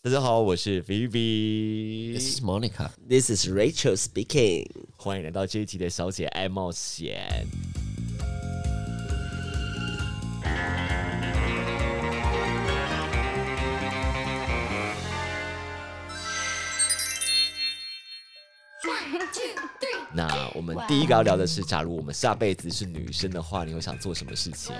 大家好，我是 Vivi， This is Monica。 This is Rachel speaking。欢迎来到这一集的《小姐爱冒险》。那我们第一个要聊的是，假如我们下辈子是女生的话，你会想做什么事情？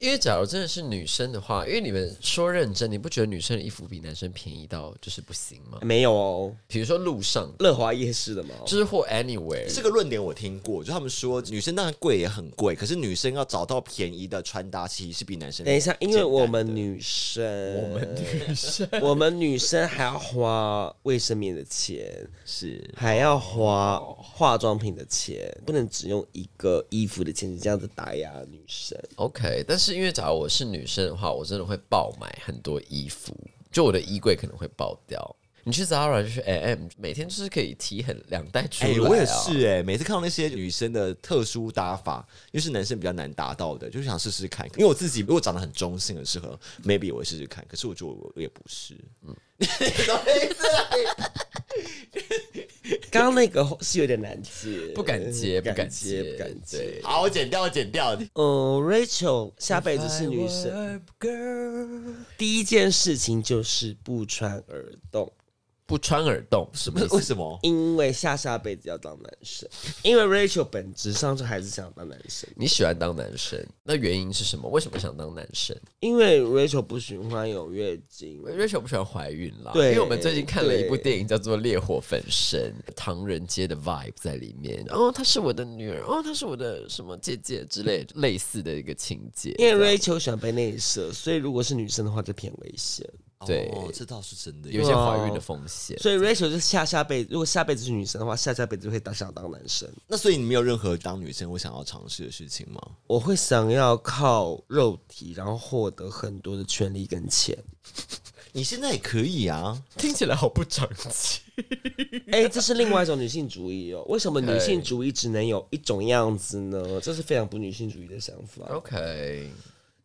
因为假如真的是女生的话，因为你们说认真，你不觉得女生的衣服比男生便宜到就是不行吗？没有哦，比如说路上，乐华夜市的吗？就是或 anywhere，这个论点我听过，就他们说女生当然贵也很贵，可是女生要找到便宜的穿搭，其实是比男生等一下，因为我们简单的女生，我们女生我们女生还要花卫生棉的钱，是还要花哦化妆品的钱，不能只用一个衣服的钱这样子打压女生。 OK。但是因为假如我是女生的话，我真的会爆买很多衣服，就我的衣柜可能会爆掉。你去 Zara 就去 AM，每天就是可以提很两袋出来、啊哎、我也是哎、每次看到那些女生的特殊搭法，又是男生比较难达到的，就是想试试看。因为我自己如果长得很中性，很适合，maybe 我会试试看。可是我觉得我也不是，刚刚那个是有点难接，不敢接，不不敢敢接，不敢接。对。好，我剪掉，我剪掉。嗯，Rachel 下辈子哎是女生，第一件事情就是不穿耳洞。不穿耳洞，什什么么 意？为思？什么？因为下下辈子要当男生，因为 Rachel 本质上就还是想当男生，你喜欢当男生，那原因是什么？为什么想当男生因为 Rachel 不喜欢有月经， ？Rachel 不喜欢怀孕啦，对因为我们最近看了一部对电影叫做《烈火焚身》，唐人街的 vibe 在里面。哦，她是我的女儿，哦，她是我的什么姐姐之类类似的一个情节。因为 Rachel 喜欢被内射，所以如果是女生的话就偏危险，对哦，这倒是真的耶。有一些怀孕的风险，所以 Rachel 就下下辈子，如果下辈子是女生的话，下下辈子就会当想当男生。那所以你没有任何当女生我想要尝试的事情吗？我会想要靠肉体，然后获得很多的权利跟钱。你现在也可以啊，听起来好不长进。哎、这是另外一种女性主义哦。为什么女性主义只能有一种样子呢？这是非常不女性主义的想法。 OK，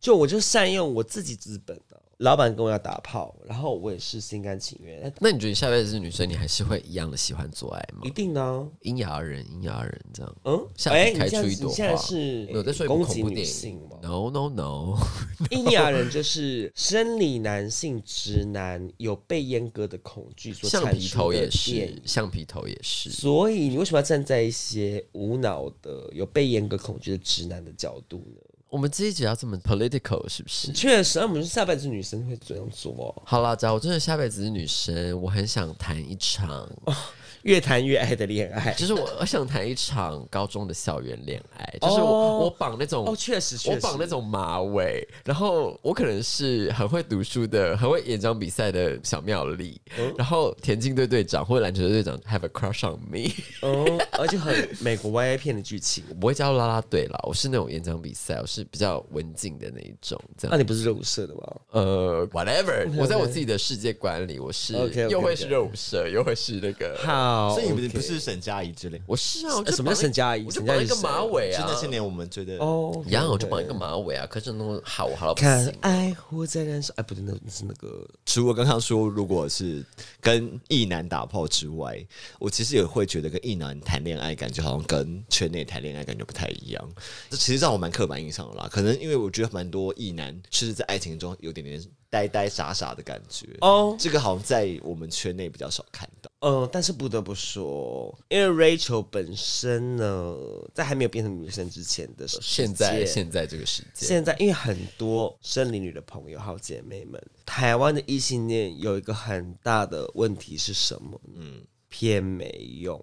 就我就善用我自己资本的。老板跟我要打炮，然后我也是心甘情愿，哎那你觉得下辈子是女生，你还是会一样的喜欢做爱吗一？定的啊、阴阳人，阴阳人这样。嗯，下哎次开出一朵你花。现在是我在说一部呃攻恐击怖女电性影吗。？ No No No，印亚人就是生理男性直男，有被阉割的恐 惧所橡产皮生头的也电是影，。橡皮头也是。所以你为什么要站在一些无脑的、有被阉割恐惧的直男的角度呢？我们这一集要这么 political 是不是？确实，那我们下半是女生会这样做哦，好啦，假如我真的下辈子是女生，我很想谈一场，哦越谈越爱的恋爱。就是我 我想谈一场高中的校园恋爱，就是我我绑那种哦，确实，确我实绑那种马尾，然后我可能是很会读书的，很会演讲比赛的小妙丽，嗯然后田径队队长或者篮球队队长 have a crush on me。 嗯，而且很美国 Y A 片的剧情。我不会加入啦啦队啦，我是那种演讲比赛，我是比较文静的那一种，这那、样。啊你不是热舞社的吗？呃，whatever，我在 我自己的世界观里，我是 OK，OK，OK 又会是热舞社，又会是那个，好所以你们不是沈佳宜之类，我是啊，我呃就什么叫绑一沈佳宜我就沈佳宜绑一个是谁马尾是啊，那些年我们觉得哦一样，我就绑一个马尾啊，可是那种好，我好了不看行。爱火在燃烧，哎，不对，那是那个除了刚刚说，如果是跟异男打炮之外，我其实也会觉得跟异男谈恋爱，感觉好像跟圈内谈恋爱感觉不太一样。这其实让我蛮刻板印象的啦。可能因为我觉得蛮多异男是在爱情中有点点呆呆傻傻的感觉，哦，这个好像在我们圈内比较少看到。嗯，但是不得不说，因为 Rachel 本身呢，在还没有变成女生之前的世界现在现在这个世界，现在，因为很多生理女的朋友、好姐妹们，台湾的异性恋有一个很大的问题是什么？嗯，偏没用，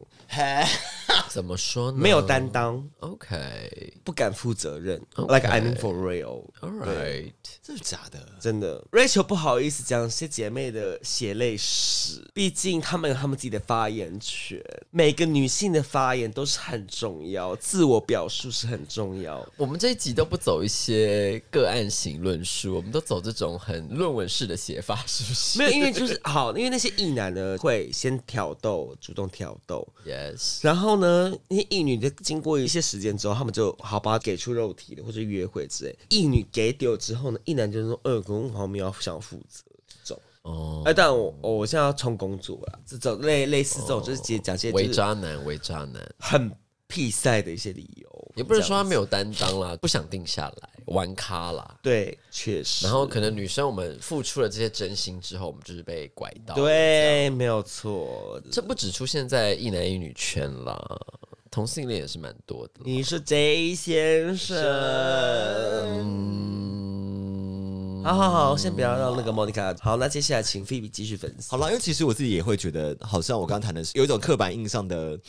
怎么说呢？没有担当， OK，All 不敢负责任。 OK Like I mean for real， right， 真的假的？真的，Rachel 不好意思讲些姐妹的血泪史，毕竟她们有她们自己的发言权，每个女性的发言都是很重要，自我表述是很重要。我们这一集都不走一些个案型论述，我们都走这种很论文式的写法，是不是？没有，因为就是好，因为那些异男呢会先挑逗，逗，主动挑逗。 Yes，然后呢，那些异女在经过一些时间之后，他们就好吧给出肉体的或者约会之类。异女给丢之后呢，一男就是说：“呃，公我没有想负责这种。”哦哦，哎，但我我现在要冲公主了，这种类类似这种就是直接讲些伪就是渣男，伪渣男，很屁塞的一些理由，也不能说这他样没有担当啦，不想定下来，玩咖啦。对，确实。然后可能女生我们付出了这些真心之后，我们就是被拐到。，对，没有错。这不只出现在一男一女圈啦，同性恋也是蛮多的。你是 J 先生，嗯，好好好，先不要让那个莫妮卡。好，那接下来请菲比继续分析。好了，因为其实我自己也会觉得，好像我刚谈的是有一种刻板印象的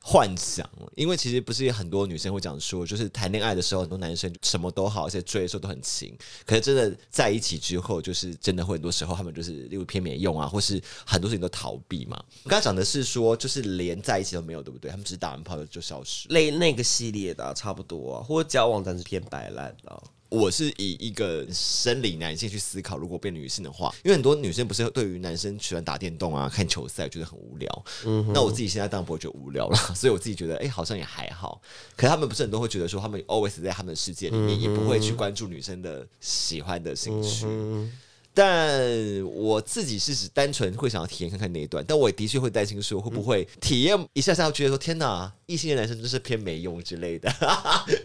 幻想，因为其实不是很多女生会讲说，就是谈恋爱的时候，很多男生什么都好，而且追的时候都很勤，可是真的在一起之后，就是真的会很多时候他们就是例如偏没用啊，或是很多事情都逃避嘛。我刚才讲的是说，就是连在一起都没有，对不对？他们只是打完炮就消失。类那个系列的啊、差不多、啊，或者交往但是偏摆烂的啊、我是以一个生理男性去思考，如果变女性的话，因为很多女生不是对于男生喜欢打电动啊、看球赛觉得很无聊。那我自己现在当然不会觉得无聊了，所以我自己觉得，哎、好像也还好。可他们不是很多会觉得说，他们哦 always 在他们的世界里面，也不会去关注女生的喜欢的兴趣。但我自己是只单纯会想要体验看看那一段，但我也的确会担心说会不会体验一下下，觉得说天哪，异性恋男生真是偏没用之类的。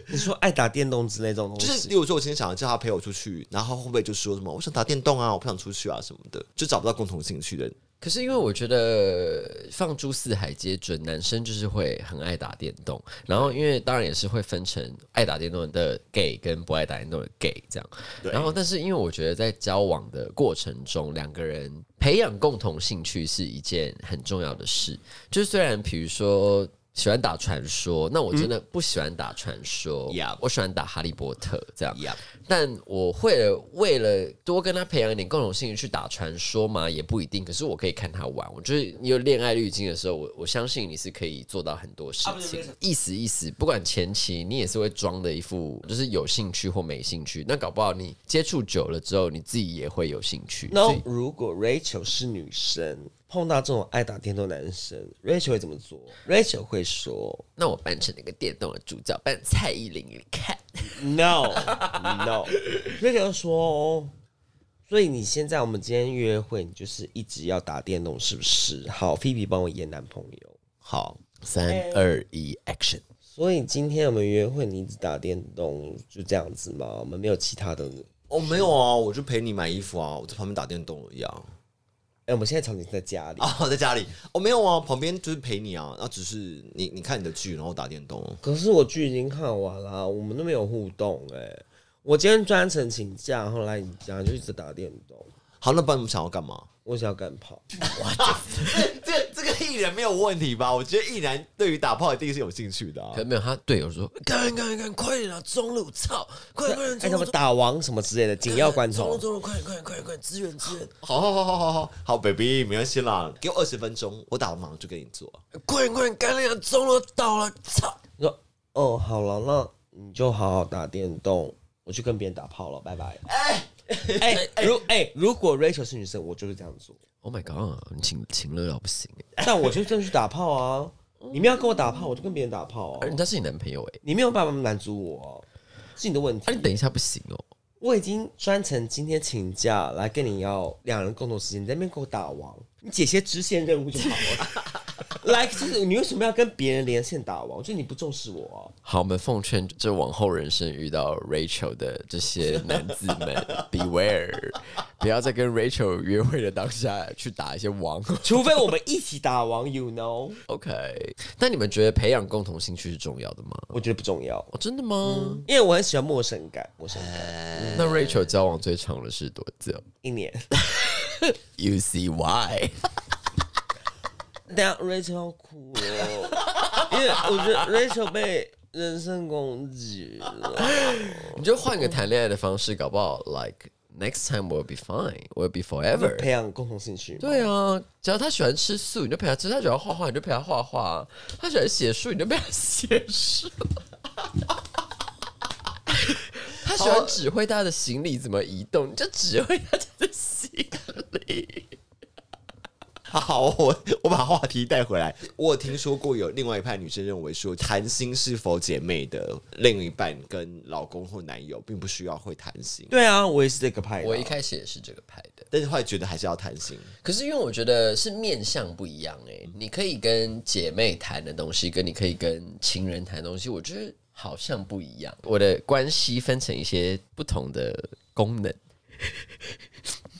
你说爱打电动之类这种东西，就是，例如说，我今天想要叫他陪我出去，然后会不会就说什么我想打电动啊，我不想出去啊什么的，就找不到共同兴趣的人。可是因为我觉得放诸四海皆准，男生就是会很爱打电动，然后因为当然也是会分成爱打电动的 gay 跟不爱打电动的 gay 这样。然后，但是因为我觉得在交往的过程中，两个人培养共同兴趣是一件很重要的事。就是虽然比如说。喜欢打传说，那我真的不喜欢打传说 Yup 我喜欢打哈利波特这样。呀，但我会了为了多跟他培养一点共同兴趣去打传说嘛，也不一定。可是我可以看他玩，我就是你有恋爱滤镜的时候，我我相信你是可以做到很多事情，意思意思。不管前期你也是会装的一副就是有兴趣或没兴趣，那搞不好你接触久了之后，你自己也会有兴趣。那所以如果 Rachel 是女生，碰到这种爱打电动男生，Rachel 会怎么做？Rachel 会说那我扮成那个电动的主角，扮蔡依林，你看， No No，Rachel 说哦。所以你现在我们今天约会，你就是一直要打电动，是不是？好菲比帮我演男朋友。好，三二一，action！所以今天我们约会，你一直打电动，就这样子吗？我们没有其他的。哦，没有啊，我就陪你买衣服啊，我在旁边打电动一样。哎、我们现在场景是在家里，啊，我在家里，哦，没有啊，旁边就是陪你啊，然后只是你你看你的剧，然后打电动。可是我剧已经看完了啊，我们都没有互动哎、我今天专程请假，后来你家就一直打电动，好，那不然你们想要干嘛？我想要赶跑。这这个艺人没有问题吧？我觉得艺人对于打炮一定是有兴趣的啊可。没有他队友说，看看看，快点啊，中路，操，快点快点，哎、中他路们打王什么之类的，紧要关中路头。中路，快点快点快点快点，支援支援。好好好好好好好，baby，没关系啦，给我二十分钟，我打完马上就给你做。快点快点，干了中了倒了，操！你说哦，好了，那你就好好打电动，我去跟别人打炮了，拜拜。哎、哎、如哎、如果 Rachel 是女生，我就是这样做， Oh my god！你情情乐到不行哎，但我就真的去打炮啊。你们要跟我打炮，我就跟别人打炮、而啊人。家是你男朋友哎，你没有办法拦阻我、是你的问题。啊你等一下不行哦，我已经专程今天请假来跟你要两人共同时间，你在那边给我打王，你解些支线任务就好了。 来，就是你为什么要跟别人连线打王？就你不重视我、好，我们奉劝这往后人生遇到 Rachel 的这些男子们 beware，不要在跟 Rachel 约会的当下去打一些王。除非我们一起打王，you know？ OK，那你们觉得培养共同兴趣是重要的吗？我觉得不重要，哦，真的吗？因为我很喜欢陌生感。陌生感，那 Rachel 交往最长的是多久一年。 ？You see why？等下 Rachel 要哭了，因为我觉得 Rachel 被人身攻击了。你就换个谈恋爱的方式，搞不好 like next time we'll be fine, we'll be 培 forever。养共同兴趣，对啊，只要他喜欢吃素，你就陪他吃；他喜欢画画，你就陪他画画；他喜欢写书，你就陪他写书。他喜欢指挥他的行李怎么移动，你就指挥他的行李。好，我我把话题带回来。我有听说过有另外一派女生认为说，谈心是否姐妹的另一半跟老公或男友，并不需要会谈心，对啊，我也是这个派的啊。我一开始也是这个派的，但是后来觉得还是要谈心。可是因为我觉得是面向不一样哎、你可以跟姐妹谈的东西，跟你可以跟情人谈的东西，我觉得好像不一样。我的关系分成一些不同的功能，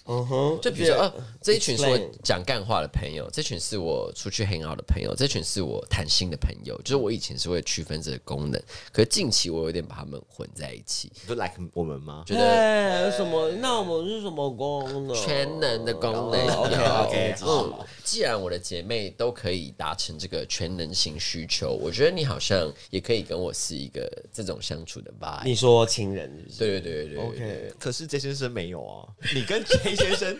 嗯哼，就比如说，对哦，这一群是我 explain 讲干话的朋友，这群是我出去 hang out 的朋友，这群是我谈心的朋友，就是我以前是会区分这个功能，可是近期我有点把他们混在一起，你说 like 我们吗？觉得哎，什么？那我们是什么功能？全能的功能。哦，OK，OK， 有嗯，既然我的姐妹都可以达成这个全能型需求，我觉得你好像也可以跟我是一个这种相处的 vibe。你说情人是不是对对对对对对？OK，可是 J 先生没有啊，你跟 J 先生，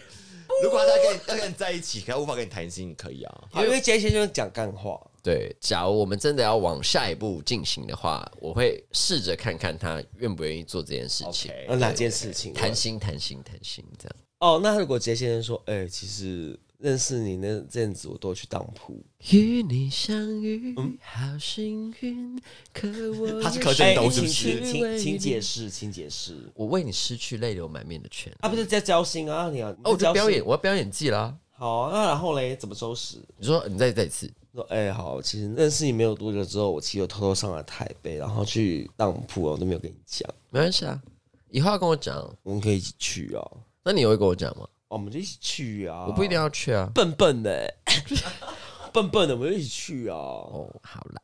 如果他跟你他跟你在一起，可他无法跟你谈心，你可以啊。好因为 J 先生讲干话，对，假如我们真的要往下一步进行的话，我会试着看看他愿不愿意做这件事情。 OK，呃，哪件事情？哎谈心，谈心，谈心，这样。哦，那如果 J 先生说，哎，其实认识你那阵子，我都去当铺。与你相遇，好幸运，可我他是也柯震哎，东是请不是是请请请解释，释，请解释我为你失去泪流满面的权利。啊！不是在交心啊，你要哦，我就表。你在交演，心我要表演技啦。好啊，那然后嘞，怎么收拾？你说，你再再一次，说哎、好，其实认识你没有多久之后，我其实有偷偷上了台北，然后去当铺，我都没有跟你讲，没关系啊，以后要跟我讲。我们可以一起去啊，哦那你也会跟我讲吗？我们就一起去啊，我不一定要去啊。笨笨的、欸 笨笨的，我们就一起去啊。哦，好啦。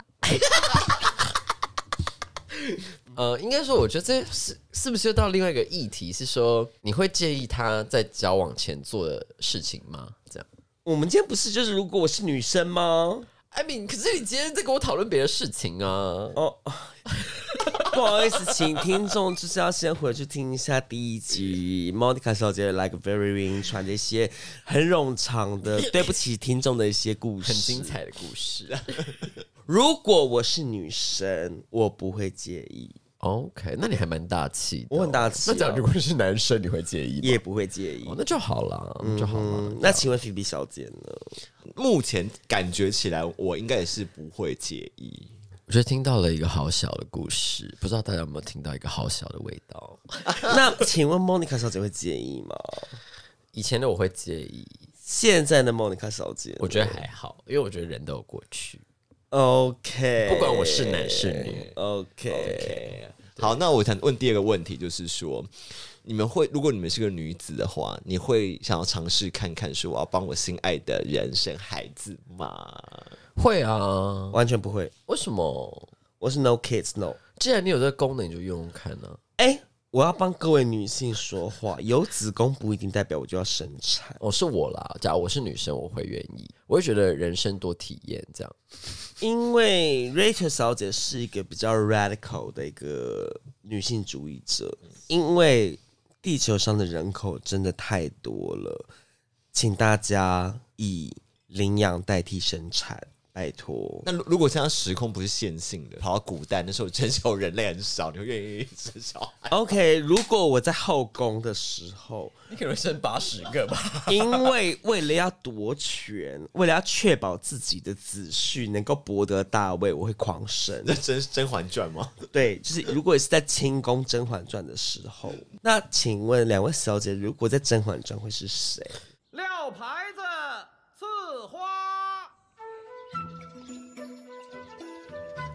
呃，应该说，我觉得这是是不是又到另外一个议题，是说你会介意他在交往前做的事情吗？这样我们今天不是就是如果我是女生吗？ ，I mean，可是你今天在跟我讨论别的事情啊。哦。不好意思，请听众就是要先回去听一下第一集，Monica 小姐 like very rain 传的一些很冗 长的，对不起听众的一些故事，很精彩的故事。啊如果我是女生，我不会介意， OK，那你还蛮大气的哦，我很大气啊那假如如果是男生，你会介意吗？也不会介意哦，。那就好啦，那就好啦嗯。，那请问菲比小姐呢？目前感觉起来，我应该也是不会介意。我觉得听到了一个好小的故事，不知道大家有没有听到一个好小的味道？那请问 Monica 小姐会介意吗？以前的我会介意，现在的 Monica 小姐呢，我觉得还好，因为我觉得人都有过去， OK，不管我是男是女。 OK，好，那我想问第二个问题，就是说，你们会如果你们是个女子的话，你会想要尝试看看，说我要帮我心爱的人生孩子吗？会啊，完全不会，为什么？我是 No Kids No。既然你有这个功能，你就用用看啊呢、哎、我要帮各位女性说话，有子宫不一定代表我就要生产。哦，是我啦，假如我是女生，我会愿意，我会觉得人生多体验这样。因为 Rachel 小姐是一个比较 radical 的一个女性主义者，因为地球上的人口真的太多了，请大家以领养代替生产，拜托。那如如果现在时空不是线性的，跑到古代那时候，真有人类很少，你会愿意生小孩？ OK，如果我在后宫的时候，你可能生八十个吧？因为为了要夺权， 为了要确保自己的子婿能够博得大位，我会狂 生。那甄甄嬛传吗？对，就是如果是在清宫《甄嬛传》的时候，那请问两位小姐，如果在《甄嬛传》会是谁？撂牌子，刺花。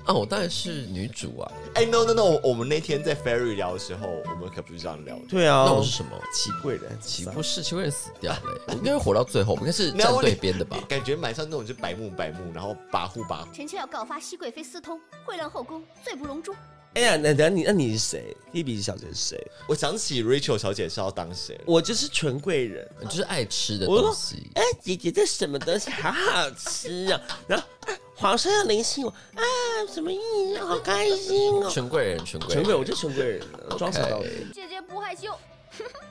啊，我当然是女主 啊。哎、n o no no，我我们那天在 Ferry 聊的时候，我们可不是这样聊的。对啊，那我是什么？祺贵人，祺不是，齐人死掉了、我应该会活到最后，我应该是站对边的吧？感觉蛮像那种就白目白目，然后跋扈跋扈。臣妾要告发熹贵妃私通，秽乱后宫，罪不容诛。哎呀，那等下你那你是谁？一比小姐是谁？我想起 Rachel 小姐是要当谁了？我就是纯贵人。你就是爱吃的我东说西，。哎，姐姐这什么东西好好吃啊！然后、啊、皇上要临幸我，啊，什么意思？好开心哦！哎纯贵人，纯贵人，纯呃贵，我就纯贵人，装傻到底。姐姐不害羞，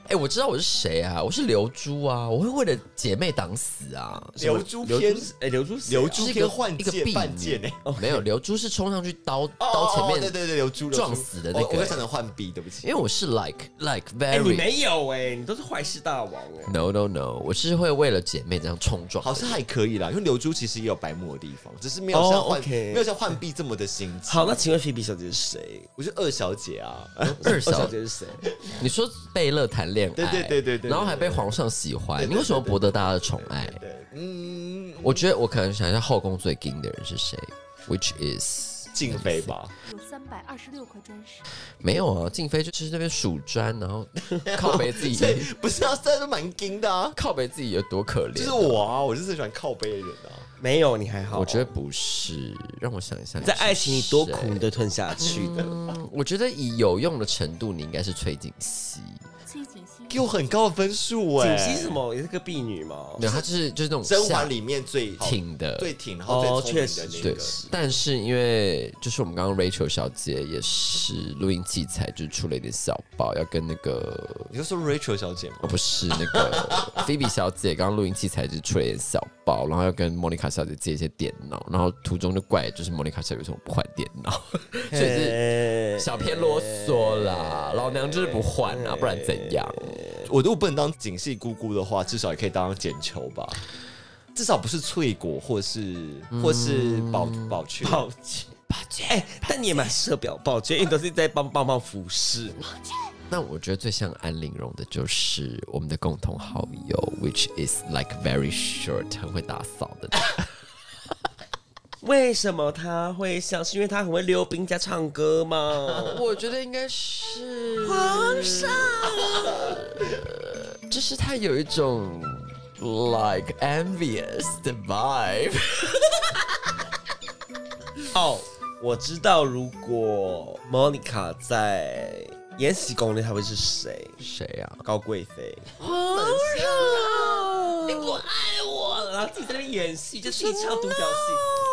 哎、我知道我是谁啊，我是流珠啊，我会为了姐妹挡死啊。流珠流偏珠是哎，流珠流珠珠是一偏个换一个界婢半界女呢。没有流珠是冲上去刀欸哦刀前哦哦面对对对，流珠流珠撞死的那哦我个、刚才能换 B，对不因起。为我是 like like 哎，你 very、没有哎，你都是坏事大王哎。 no no no，我是会为了姐妹这样冲撞的。好像还可以啦，因为流珠其实也有白目的地方，只是没有像哦换、 OK 没有像换 B 这么的心 机。好，那请问菲比小姐是谁？我是二小姐啊，二二哦小嫂，姐是谁？你说贝勒谈恋爱，对对对对对对然后还被皇上喜欢，你为什么博得大家的宠爱？嗯，我觉得我可能想一下后宫最金的人是谁，which is 静妃吧，有三百二十六块砖石，没有啊，静妃就是那边数砖，然后 靠北自己所，以 不是啊， 这都蛮金的 啊，靠北自己有多可怜。就是我啊，我就是喜欢靠背的人啊。没有，你还好。我觉得不是，让我想一下，在爱情里多苦，是你谁都吞下去的。嗯，我觉得以有用的程度，你应该是崔槿汐。崔槿汐给我很高的分数哎、锦溪什？么也哦是个婢女吗？没有，她就是就是那种甄下嬛里面最好挺的，最挺，然后最聪明的哦确实那对个。，但是因为就是我们刚刚 Rachel 小姐也是录音器材，就是出了一点小爆，要跟那个你就说 Rachel 小姐吗哦？不是那 个 Phoebe 小姐，刚刚录音器材就是出了一点小爆，然后要跟 Monica 小姐借一些电脑，然后途中就怪就是 Monica 小姐为什么不换电脑，所哎以是嘿小偏啰嗦啦，老娘就是不换啊，不然怎样？我如果不能当景系姑姑的话，至少也可以当简球吧。至少不是翠果，或是或是宝宝去宝娟，宝娟，哎，但你也蛮适合表宝娟，因为都是在帮帮忙服侍。那我觉得最像安陵容的就是我们的共同好友，which is like very short，很会打扫的。为什么他会像？是因为他很会溜冰加唱歌吗？ 我觉得应该是皇上，啊就是他有一种 like envious 的 vibe。哦，我知道，如果 Monica 在《延禧攻略》，她会是谁？谁啊？高贵妃。皇你不爱哎我，然后自己在那边演戏，就自己唱独角戏。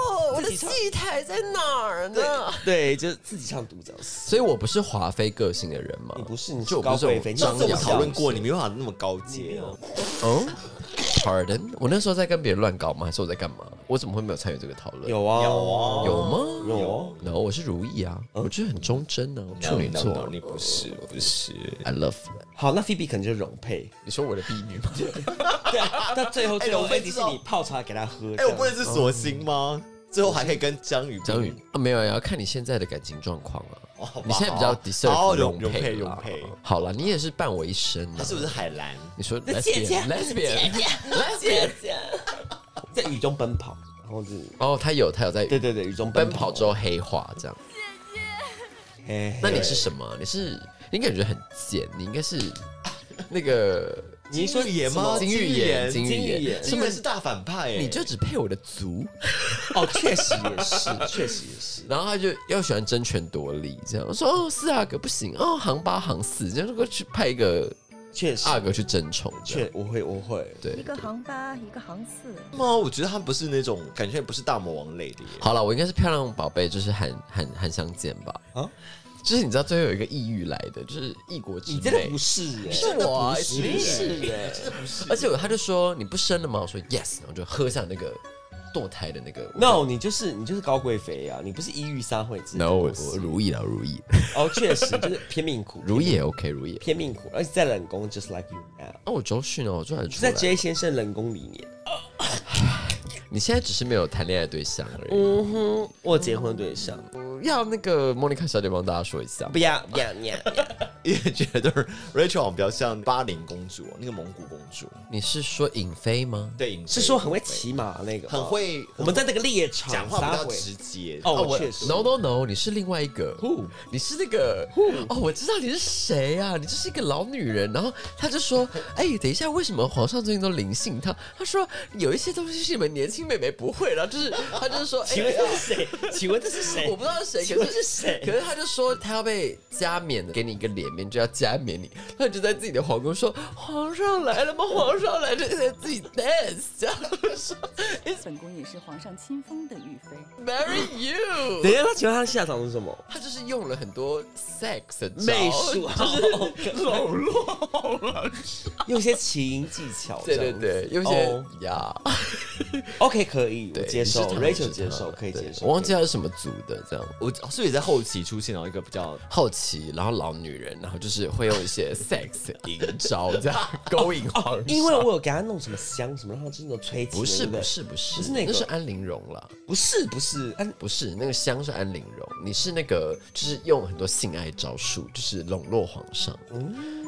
哦，我哎的戏台在哪儿对？对，就是自己唱独角戏。所以我不是华妃个性的人吗？你不是，你就是我不高是贵妃，你张上次我是们讨论过，你你没办法那么高阶啊。哦、p a r d o n 我那时候在跟别人乱搞吗？还是我在干嘛？我怎么会没有参与这个讨论？有啊有啊有吗？有啊 No，我是如意啊，我觉得很忠贞啊，我处女 No, no, no, 座。你不是不是， I love you。好，那菲比可能就是容配，你说我的婢女 吗？对啊，到最后哎最后容佩问题知是道你泡茶给他喝。哎，我不能是锁心吗？嗯最后还可以跟江宇张宇啊，没有，要看你现在的感情状况啊。哦好吧你现在比较好好 deserve 容容容配配啦容配好了，你也是伴我一生啊他。是不是海蓝？你说姐姐 lesbian lesbian 姐姐 在雨中奔跑，然后就是哦，他有他有在对对对，雨中奔奔跑之后黑化这样。哎，那你是什么啊？你是你感觉很贱，你应该是那个你说野吗吗？金玉妍金金玉妍妍，什金么玉妍是大反派哎。你就只配我的足，哦，确实 也是，确实也是。然后他就又喜欢争权夺利这样。我说哦，四阿哥不行哦，行八行四，这样如果去派一个确实，阿哥去争宠这样，确我会我会，一对。个行八，一个行四，吗？我觉得他不是那种感觉，不是大魔王类的耶。好了，我应该是漂亮宝贝，就是韩韩韩相见吧。啊啊，就是你知道最后有一个异域来的，就是异国之你妹，真的不是耶，是我啊，你一不定是是耶，而且我他就说你不生了吗？我说 yes，然后就喝下那个堕胎的那个。 no，你就是你就是高贵妃啊，你不是一遇三会之 no，我我如意了，如 意，哦，确实就是偏命苦，如意也 OK，如意。偏命苦，而且在冷宫，just like you now，哦，我周迅哦，我突然出在来。 J 先生冷宫里面。你现在只是没有谈恋爱对象而已。嗯哼，我结婚对象要那个莫妮卡小姐帮大家说一下不。要不要 不要，不要 也觉得 Rachel 好像比较像巴林公主，哦那个蒙古公主。你是说尹飞吗？对，影是说很会骑马那个吗，很会我们在那个猎场讲话比撒较回直接。哦，哦，我确实 No no no，你是另外一个 Who？你是那个哦，我知道你是谁啊，你就是一个老女人。然后她就说，哎、等一下，为什么皇上最近都灵性她？她说有一些东西是你们年轻妹妹不会，然后就是她就是说，哎、请问这是谁？请问这是谁？我不知道是谁，请可问是是谁可是她就说她要被加冕的，给你一个脸面就要加冕你，他就在自己的皇宫说：“皇上来了吗？皇上来了！”就在自己 dance，这样说本宫也是皇上亲封的御妃。 “marry you”。等一下，他请问他的下场是什么？他就是用了很多 sex 的招媚术， 就是笼络了。 用一些情技巧这对样对子，对，有哦些呀， OK 可以，我对，接受是他们，Rachel 是他接们受，可以对接受。我忘记了，他是什么组的，这样我哦所以在后期出现了一个比较好奇，然后老女人，然后就是会用一 些 sex 营招，这样勾引皇上。因为我有给他弄什么香什么，然后就是那种催情的，哦不是对不对是不是不是那个是安陵容啦，不是不是，啊不是那个香是安陵容，你是那个就是用很多性爱招数，就是笼络皇上。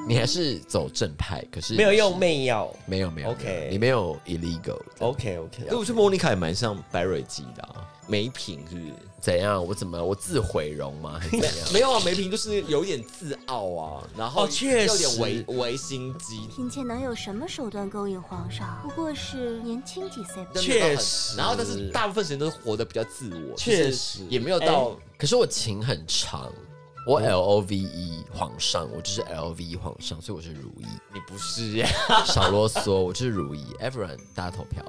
你还是走正派，可是没有啊用，媚药。没有没有 OK 没有你没有 illegal 的 OK OK，因为我觉得莫妮卡也蛮像白蕊姬的、啊，梅萍是不是？怎样？我怎么我自毁容吗？还是 怎样？没有啊，梅萍就是有点自傲啊，然后哦确有点实唯唯心机。贫妾能有什么手段勾引皇上？不过是年轻几岁吧。确实然后但是大部分时间都是活得比较自我，确就是实也没有到、可是我情很长，我 L O V E 皇上，我就是 L V E 皇上，所以我是如意。你不是耶，少啰嗦，我就是如意。Everyone，大家投票。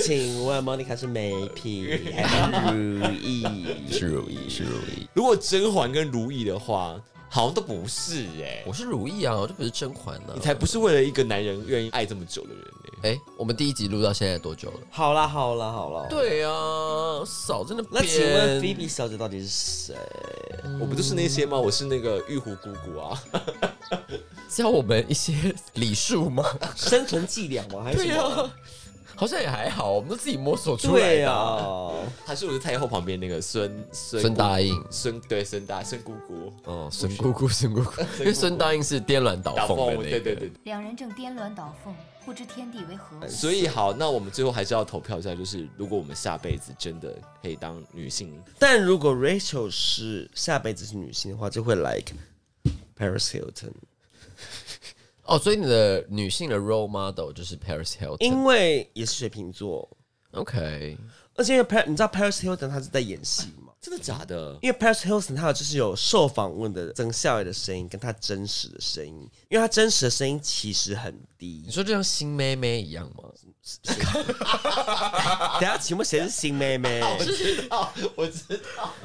请问 Monica 是美品还是如意？ 是如意，是如意， 如果甄嬛跟如懿的话，好像都不是耶我。是如意啊，我这不是甄嬛呢、你才不是为了一个男人愿意爱这么久的人呢。哎、我们第一集录到现在多久了？好啦好啦好啦，。对啊，少在那边。那请问菲比小姐到底是谁？我不就是那些吗？我是那个玉壶姑姑啊， 教我们一些礼数 吗？生存伎俩吗？还是什么？啊，好像也还好，我们都自己摸索出来对的呀、啊。她是我的太后旁边那个孙孙孙姑答应，孙对孙大孙姑姑哦，孙姑姑， 孙姑姑，因为孙答应是颠鸾倒打凤的凤那个，对对对。两人正颠鸾倒凤，不知天地为何。所以好，那我们最后还是要投票一下，就是如果我们下辈子真的可以当女性，但如果 Rachel 是下辈子是女性的话，就会 like Paris Hilton，哦，所以你的女性的 role model 就是 Paris Hilton。因为也是水瓶座， OK，而且因为 Par 你知道 Paris Hilton 她是在演戏吗？真的假 的？因为 Paris Hilton 她有就是有受访问的曾孝伟的声音，跟她真实的声音，因为她真实的声音其实很低 你。说就像新妹妹一样吗？等一下，请问谁哦是新妹妹？哦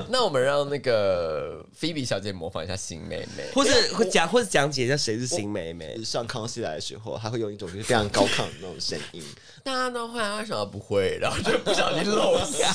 那我们让那个菲比小姐模仿一下新妹妹。或者会讲，或者讲解一下谁是新妹妹？上康熙来的时候，她会用一种就是非常高亢的那种声音。大家都会，啊为什么不会？然后就不小心露 馅。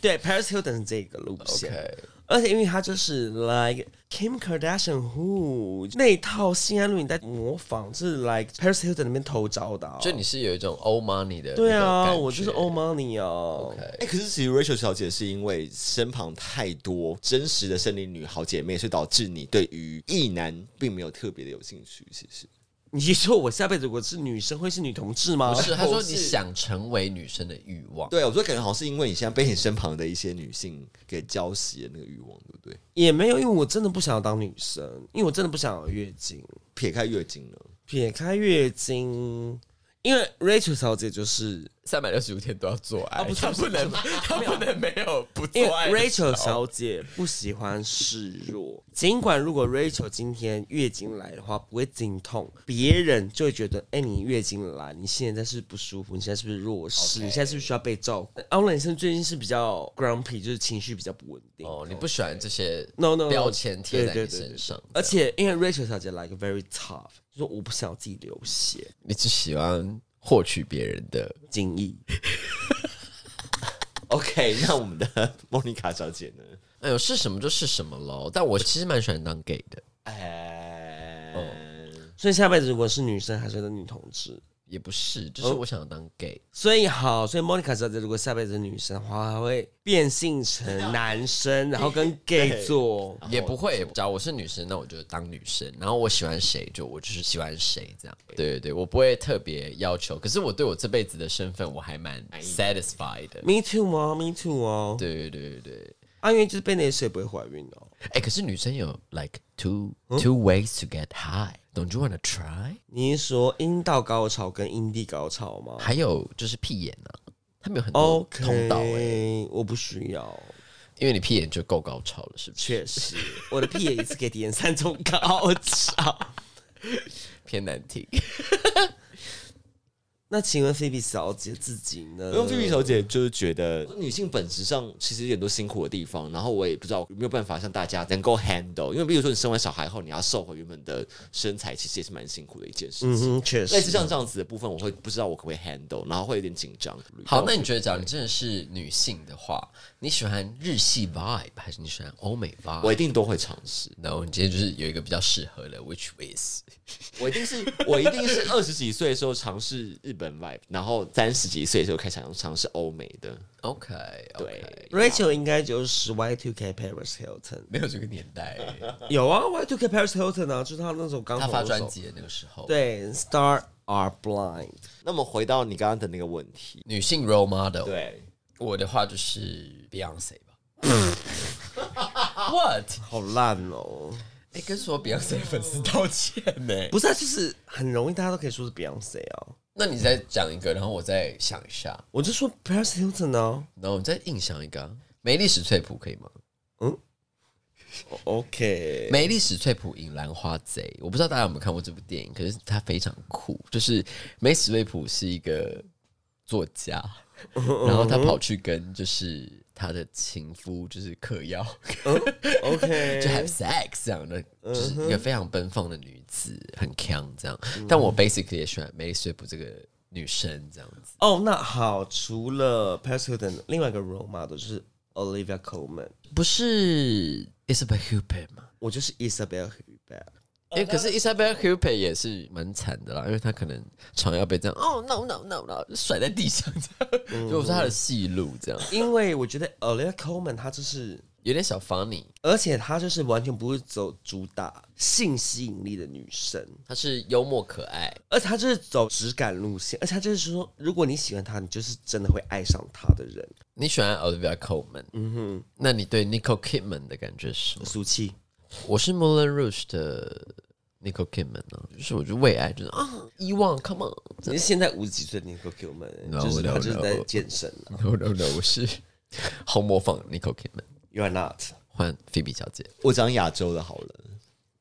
对，Paris Hilton 是这个路线 OK，而且因为她就是 like Kim Kardashian Who 那一套性安录影带模仿是 like Paris Hilton 那边偷招的、啊，就你是有一种 old money 的那种感觉。对啊，我就是 old money 哦、 哎、可是其实 Rachel 小姐是因为身旁太多真实的森林女好姐妹，所以导致你对于异男并没有特别的有兴趣。其实你说我下辈子如果是女生会是女同志吗？不是，他说是你想成为女生的欲望。对啊，我就感觉好像是因为你现在被你身旁的一些女性给浇熄了那个欲望，对不对？也没有，因为我真的不想要当女生，因为我真的不想要有月经。撇开月经了，撇开月经，因为 Rachel 小姐就是三百六十五天都要做爱，啊不是她不是能，她不能没有不因为做爱的时候。 Rachel 小姐不喜欢示弱，尽管如果 Rachel 今天月经来的话不会经痛，别人就会觉得，哎、你月经来，你现在是不舒服，你现在是不是弱势你现在是不是需要被照顾？奥兰生最近哦是比较 grumpy，就是情绪比较不稳定。哦，你不喜欢这些 No, no, no. 标签贴在对你对对身上，而且因为 Rachel 小姐来个 very tough，就说我不想要自己流血，你只喜欢获取别人的。精益。 OK，那 我们的莫妮卡小姐呢？哎呦，是什么就是什么喽。但我其实蛮喜欢当 gay 的，哎、所以下辈子如果是女生，还是个女同志。也不是，就是我想要当 gay。所以好，所以 Monica 小姐如果下辈子是女生的话，她会变性成男生，然后跟 gay 做。也不会，只要哦我是女生，那我就当女生。然后我喜欢谁，就我就是喜欢谁这样。对对对，我不会特别要求。可是我对我这辈子的身份，我还蛮 satisfied 的。 Me too 哦，Me too 哦。对对对对，啊，因为就是被那些水不会怀孕哦。哎、可是女生有 like two、two ways to get high。Don't you wanna try？你是说阴道高潮跟阴蒂高潮吗还有就是屁眼啊，他们有很多？OK，通道哎、我不需要。因为你屁眼就够高潮了，是不是？确实，我的屁眼一次可以体验三种高潮。 偏难听。那请问菲比小姐自己呢？因为菲比小姐就是觉得女性本质上其实有很多辛苦的地方，然后我也不知道有没有办法像大家能够 handle，因为比如说你生完小孩后你要瘦回原本的身材，其实也是蛮辛苦的一件事嗯情。哼，确实类似像这样子的部分，我会不知道我可不可以 handle，然后会有点紧张。好，那你觉得，假如你真的是女性的话，你喜欢日系 vibe 还是你喜欢欧美我 vibe？一定都会尝试， no，你今天就是有一个比较适合的，which is 我一定是 我一定是二十几岁的时候尝试日本 vibe，然后三十几岁的时候开始想尝试欧美的。 OK，, o 对 k Rachel 应该就是 Y2K Paris Hilton。没有这个年 代，有啊，Y2K Paris Hilton 啊，就是他那种刚他红发的时专候，辑的那个时候，，对，Star Are Blind。那么回到你刚刚的那个问题，女性 role model，，对，我的话就是 Beyonce 吧。What？好烂哦！哎、跟所有 Beyonce 的粉丝道歉呢、不是、啊，就是很容易，大家都可以说是 Beyonce 啊。那你再讲一个，然后我再想一下，我就说 Paris Hilton 啊然后你再硬想一个、啊。梅丽史翠普可以吗？ ，OK，梅丽史翠普引兰花贼，我不知道大家有没有看过这部电影，可是它非常酷。就是梅史翠普是一个作家，然后他跑去跟就是他的情夫就是嗑药， 就 have OK， sex 这样的，就是一个非常奔放的女子，很强这样。但我 basically 也喜欢梅丽史翠普这个女生这样子。哦，那好，除了 Paris Hilton，另外一个 role model 就是 Olivia Colman，不是 Isabel Huppert 吗？我就是 Isabel Hubert。因为可是 Isabel Huppert 也是蛮惨的啦，因为她可能常要被这样哦 no no no no 甩在地上这样，就我说她的戏路这样，因为我觉得 Olivia Colman 她就是，有点小 funny。而且她就是完全不会走主打性吸引力的女生，她是幽默可爱，而她就是走质感路线，而且她就是说，如果你喜欢她，你就是真的会爱上她的人。你喜欢 Olivia Colman，嗯哼，那你对 Nicole Kidman 的感觉是什么？俗气，我是 Moulin Rouge 的 Nicole Kidman 啊，就是我就为爱就是啊遗忘，come on，你是现在五十几岁的 Nicole Kidman， No, 就是她 no, 就是在 no. 健身了。 no no no，我是 红模仿 Nicole Kidman， You are not。换菲比小姐，我讲亚洲的好了。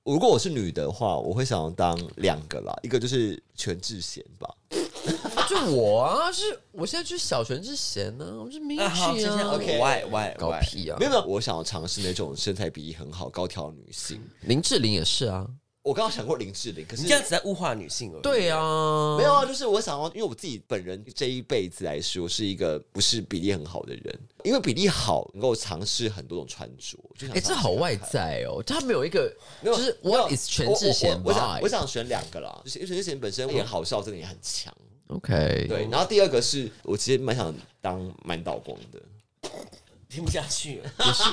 如果我是女的话，我会想要当两个啦，一个就是全智贤吧，就我啊，是我现在就是小泉之贤呢、我是明星好，谢谢。啊。 OK，Why Why 搞屁啊没！有没有，我想要尝试那种身材比例很好、高挑的女性。林志玲也是啊，我刚刚想过林志玲，可是你这样子在物化女性而已。对啊，没有啊，就是我想要，因为我自己本人这一辈子来说，是一个不是比例很好的人，因为比例好能够尝试很多种穿着。就想哎、这好外在哦，他没有一个，没有，就是没有 What is 全智贤我我我想 vibe 哎我想选两个啦，就是因为全智贤本身演好笑真的也很强， OK，对。然后第二个是我其实蛮想当满岛光的。听不下去了，也是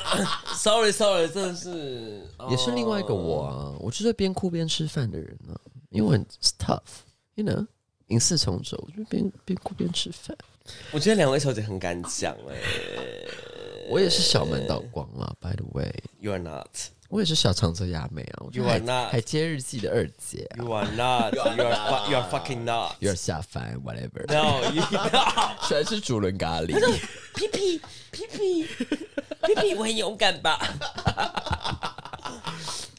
，sorry sorry，真的是哦也是另外一个我哦啊，我就是边哭边吃饭的人啊，因为我很 tough，you know，影视从走，我就边边哭边吃饭。我觉得两位小姐很敢讲哎、我也是小满岛光啦，by the way， y o u are not，You 我也是小长泽雅美啊，我就是 You are 海 not 海街日记的二姐啊、are not，You are fu- You are fucking not。有点下凡，whatever。 No, you 虽然是竹轮咖喱，屁屁屁屁屁屁，我很勇敢吧？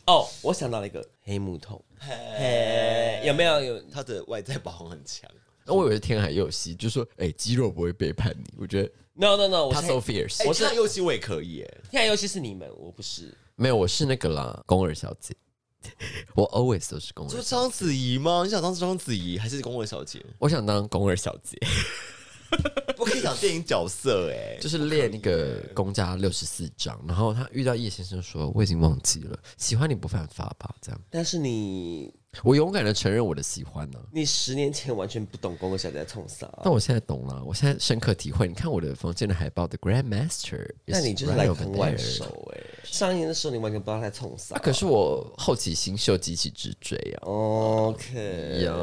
哦，我想到了一个黑木桶，嘿，有没有有？他的外在保护很强。那我以为是天海佑希，就说哎、肌肉不会背叛你，我觉得 No No No，我他是哎 so fierce。我我是是右膝，我也可以耶。现在尤其是你们，我不是。没有，我是那个啦，宫儿小姐， 我 always 都是宫就儿。章子怡吗？你想当章子怡还是宫文小姐？我想当宫儿小 姐， 不可以讲电影角色哎、就是练那个公家六十四章，然后她遇到叶先生说我已经忘记了，喜欢你不犯法吧？这样，但是你，我勇敢的承认我的喜欢呢、你十年前完全不懂公哥小姐在冲啥，但我现在懂了，我现在深刻体会。你看我的房间的海报的 Grand Master，但你就是 right 来 over 很晚 there 熟哎、上映的时候你完全不知道他在冲啥、啊！可是我后起新秀急起直追啊！ OK，呀，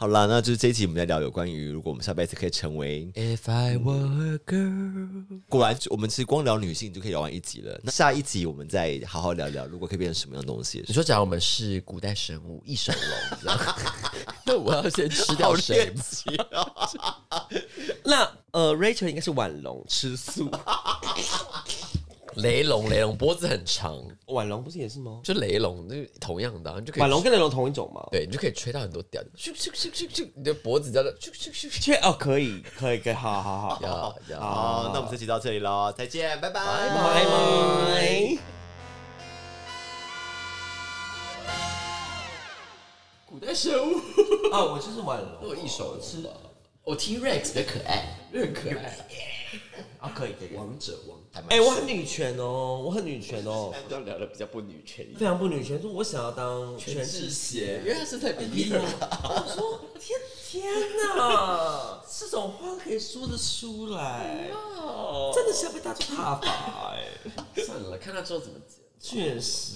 好啦，那就是这一集我们在聊有关于如果我们下辈子可以成为， If I were a girl，果然我们其实光聊女性就可以聊完一集了。那下一集我们再好好聊聊，如果可以变成什么样的东西。你说假如我们是古代神武异手龙，这样那我要先吃掉好谁猎？奇哦那呃，Rachel 应该是婉龙吃素， 雷龙，雷龙脖子很长，婉龙不是也是吗？就雷龙，就是同样的、啊，你就可以婉龙跟雷龙同一种吗？对你就可以吹到很多屌，咻咻咻咻咻，你的脖子叫做咻咻咻咻。确哦，可以，可以，可以，好好好，呀呀！好，那我们这集到这里喽，再见，拜拜。哦拜拜。古代神物，啊，我就是婉龙，我一手吃。我 T Rex 比较可爱，很可爱。啊，可以，可以。王者王，哎、我很女权哦，我很女权哦，要聊的比较不女权一点。非常不女权，说我想要当全是智鞋，因。贤为他身材比例 了。我说天天 哪，这种话可以说得出来，哦真的是要被大家挞伐哎，算了，看他之后怎么剪。确实。